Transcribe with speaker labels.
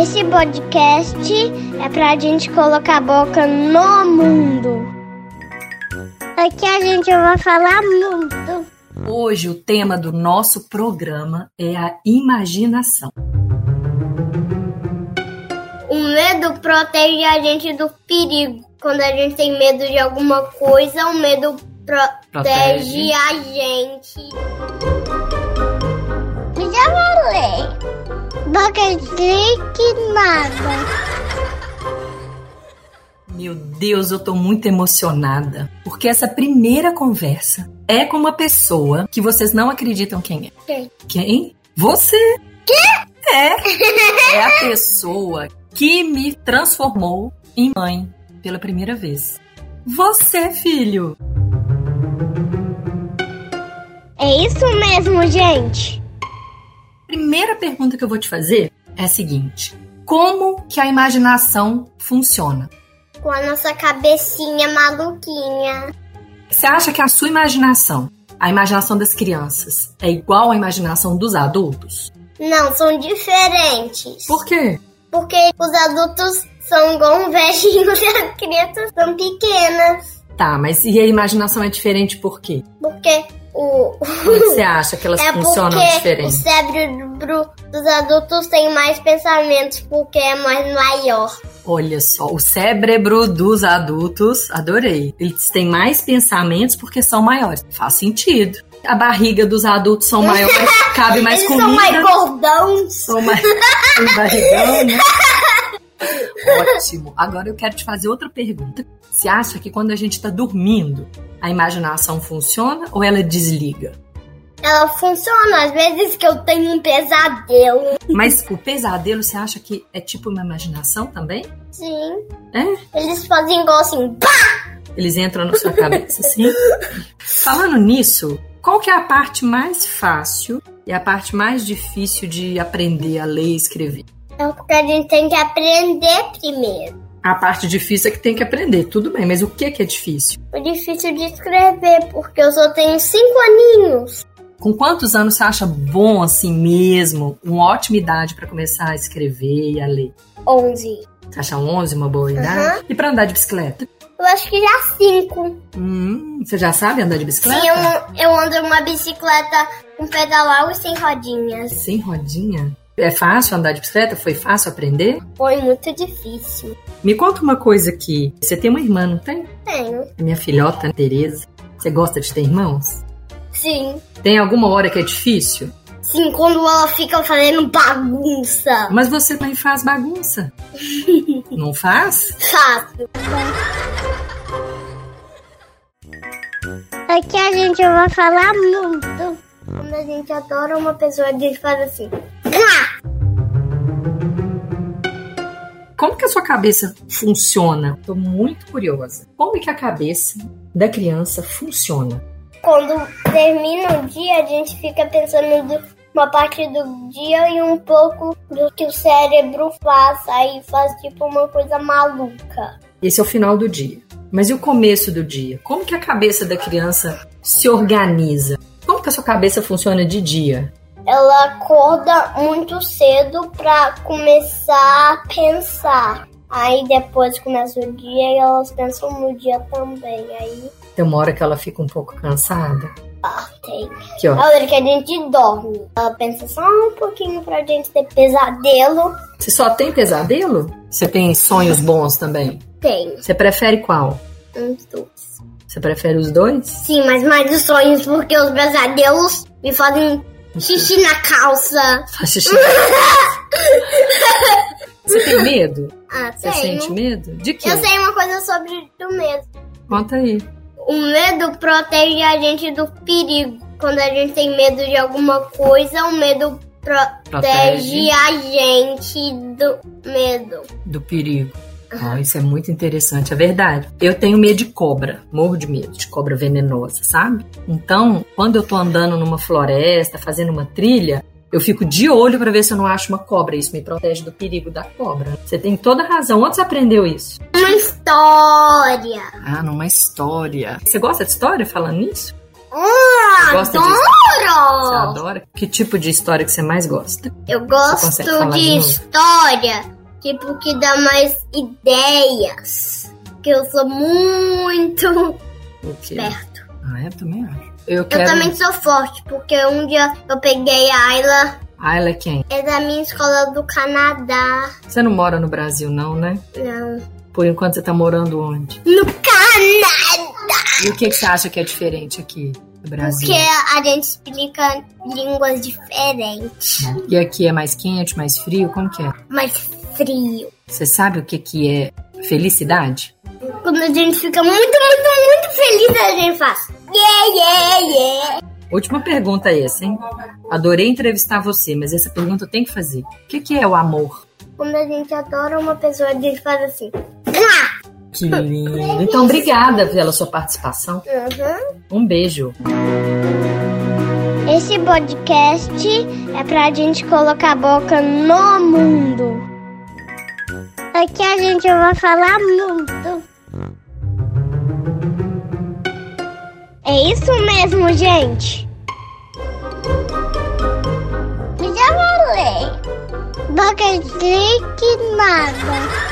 Speaker 1: Esse podcast é pra gente colocar a boca no mundo. Aqui a gente vai falar muito.
Speaker 2: Hum. Hoje o tema do nosso programa é a imaginação.
Speaker 1: O medo protege a gente do perigo. Quando a gente tem medo de alguma coisa, o medo protege,
Speaker 2: Protege.
Speaker 1: a gente. Já falei. Boca clique nada.
Speaker 2: Meu Deus, eu tô muito emocionada, porque essa primeira conversa é com uma pessoa que vocês não acreditam quem é.
Speaker 1: Quem?
Speaker 2: Quem? Você! Quê? É! É a pessoa que me transformou em mãe pela primeira vez. Você, filho!
Speaker 1: É isso mesmo, gente.
Speaker 2: Primeira pergunta que eu vou te fazer é a seguinte: como que a imaginação funciona?
Speaker 1: Com a nossa cabecinha maluquinha.
Speaker 2: Você acha que a sua imaginação, a imaginação das crianças, é igual à imaginação dos adultos?
Speaker 1: Não, são diferentes.
Speaker 2: Por quê?
Speaker 1: Porque os adultos são igual um velhinho e as crianças são pequenas.
Speaker 2: Tá, mas e a imaginação é diferente por quê?
Speaker 1: Porque o.
Speaker 2: Por que você acha que elas
Speaker 1: É
Speaker 2: funcionam
Speaker 1: porque o
Speaker 2: diferente?
Speaker 1: cérebro dos adultos tem mais pensamentos porque é mais maior.
Speaker 2: Olha só, o cérebro dos adultos, adorei. Eles têm mais pensamentos porque são maiores. Faz sentido. A barriga dos adultos são maiores, cabe mais
Speaker 1: Eles
Speaker 2: comida.
Speaker 1: são mais gordões.
Speaker 2: Sou mais um barrigão, né? Ótimo. Agora eu quero te fazer outra pergunta. Você acha que quando a gente tá dormindo, a imaginação funciona ou ela desliga?
Speaker 1: Ela funciona às vezes que eu tenho um pesadelo.
Speaker 2: Mas o pesadelo, você acha que é tipo uma imaginação também?
Speaker 1: Sim.
Speaker 2: É?
Speaker 1: Eles fazem igual assim. pá!
Speaker 2: Eles entram na sua cabeça assim? Falando nisso, qual que é a parte mais fácil e a parte mais difícil de aprender a ler e escrever?
Speaker 1: É o que a gente tem que aprender primeiro.
Speaker 2: A parte difícil é que tem que aprender, tudo bem, mas o que que é difícil?
Speaker 1: O difícil de escrever, porque eu só tenho cinco aninhos.
Speaker 2: Com quantos anos você acha bom assim mesmo, uma ótima idade pra começar a escrever e a ler?
Speaker 1: 11.
Speaker 2: Você acha 11 uma boa idade? E pra andar de bicicleta?
Speaker 1: Eu acho que já cinco.
Speaker 2: Hum, você já sabe andar de bicicleta?
Speaker 1: Sim, eu, eu ando uma bicicleta com pedalão e sem rodinhas.
Speaker 2: Sem rodinha? É fácil andar de bicicleta? Foi fácil aprender?
Speaker 1: Foi muito difícil.
Speaker 2: Me conta uma coisa aqui. Você tem uma irmã, não tem?
Speaker 1: Tenho.
Speaker 2: A minha filhota, Tereza. Você gosta de ter irmãos?
Speaker 1: Sim.
Speaker 2: Tem alguma hora que é difícil?
Speaker 1: Sim, quando ela fica fazendo bagunça.
Speaker 2: Mas você também faz bagunça. não faz?
Speaker 1: Fácil. Aqui a gente vai falar muito. Quando a gente adora uma pessoa, a gente faz assim. Plá!
Speaker 2: Como que a sua cabeça funciona? Tô muito curiosa. Como que a cabeça da criança funciona?
Speaker 1: Quando termina o dia, a gente fica pensando do- uma parte do dia e um pouco do que o cérebro faz. Aí faz tipo uma coisa maluca.
Speaker 2: Esse é o final do dia. Mas e o começo do dia? Como que a cabeça da criança se organiza? Como que a sua cabeça funciona de dia?
Speaker 1: Ela acorda muito cedo pra começar a pensar. Aí depois começa o dia e elas pensam no dia também. Aí
Speaker 2: Tem uma hora que ela fica um pouco cansada.
Speaker 1: partem.
Speaker 2: Aqui, ó.
Speaker 1: A hora que a gente dorme, ela pensa só um pouquinho pra gente ter pesadelo.
Speaker 2: Você só tem pesadelo? Você tem sonhos bons também?
Speaker 1: Tem Então,
Speaker 2: Você prefere qual?
Speaker 1: uns dois.
Speaker 2: Você prefere os dois?
Speaker 1: Sim, mas mais os sonhos, porque os pesadelos me fazem xixi na calça.
Speaker 2: Faz xixi. Você tem medo?
Speaker 1: Ah,
Speaker 2: Você sente
Speaker 1: tenho.
Speaker 2: medo? De quê?
Speaker 1: Eu sei uma coisa sobre o medo.
Speaker 2: Conta aí.
Speaker 1: O medo protege a gente do perigo. Quando a gente tem medo de alguma coisa, o medo protege,
Speaker 2: Protege.
Speaker 1: a gente do medo.
Speaker 2: do perigo. Ah, isso é muito interessante, é verdade. Eu tenho medo de cobra, morro de medo de cobra venenosa, sabe? Então, quando eu tô andando numa floresta, fazendo uma trilha, eu fico de olho pra ver se eu não acho uma cobra. Isso me protege do perigo da cobra. Você tem toda a razão. Onde você aprendeu isso?
Speaker 1: Uma história.
Speaker 2: Ah, numa história. Você gosta de história falando nisso?
Speaker 1: Ah,
Speaker 2: Gosta disso? Você
Speaker 1: adoro!
Speaker 2: adora? Que tipo de história que você mais gosta?
Speaker 1: Eu
Speaker 2: Você
Speaker 1: gosto
Speaker 2: consegue falar
Speaker 1: de,
Speaker 2: de novo?
Speaker 1: história, tipo, que dá mais ideias. Que eu sou muito
Speaker 2: O quê?
Speaker 1: esperto.
Speaker 2: Ah, eu também acho. Eu
Speaker 1: Eu
Speaker 2: quero.
Speaker 1: também sou forte, porque um dia eu peguei a Ayla,
Speaker 2: Ah, ela é quem?
Speaker 1: é da minha escola do Canadá.
Speaker 2: Você não mora no Brasil, não, né?
Speaker 1: Não.
Speaker 2: Por enquanto você tá morando onde?
Speaker 1: No Canadá!
Speaker 2: E o que, que você acha que é diferente aqui do Brasil?
Speaker 1: Porque a gente explica línguas diferentes.
Speaker 2: E aqui é mais quente, mais frio? Como que é?
Speaker 1: Mas frio.
Speaker 2: Você sabe o que, que é felicidade?
Speaker 1: Quando a gente fica muito, muito, muito feliz, a gente faz. Yeah, yeah, yeah.
Speaker 2: Última pergunta é essa, hein? Adorei entrevistar você, mas essa pergunta eu tenho que fazer. O que, que é o amor?
Speaker 1: Quando a gente adora uma pessoa, a gente faz assim. Ah!
Speaker 2: Que lindo. Então, obrigada pela sua participação.
Speaker 1: "Uhum."
Speaker 2: Um beijo.
Speaker 1: Esse podcast é pra gente colocar a boca no mundo. Aqui a gente vai falar mundo. É isso mesmo, gente. Já falei. Boca de que nada.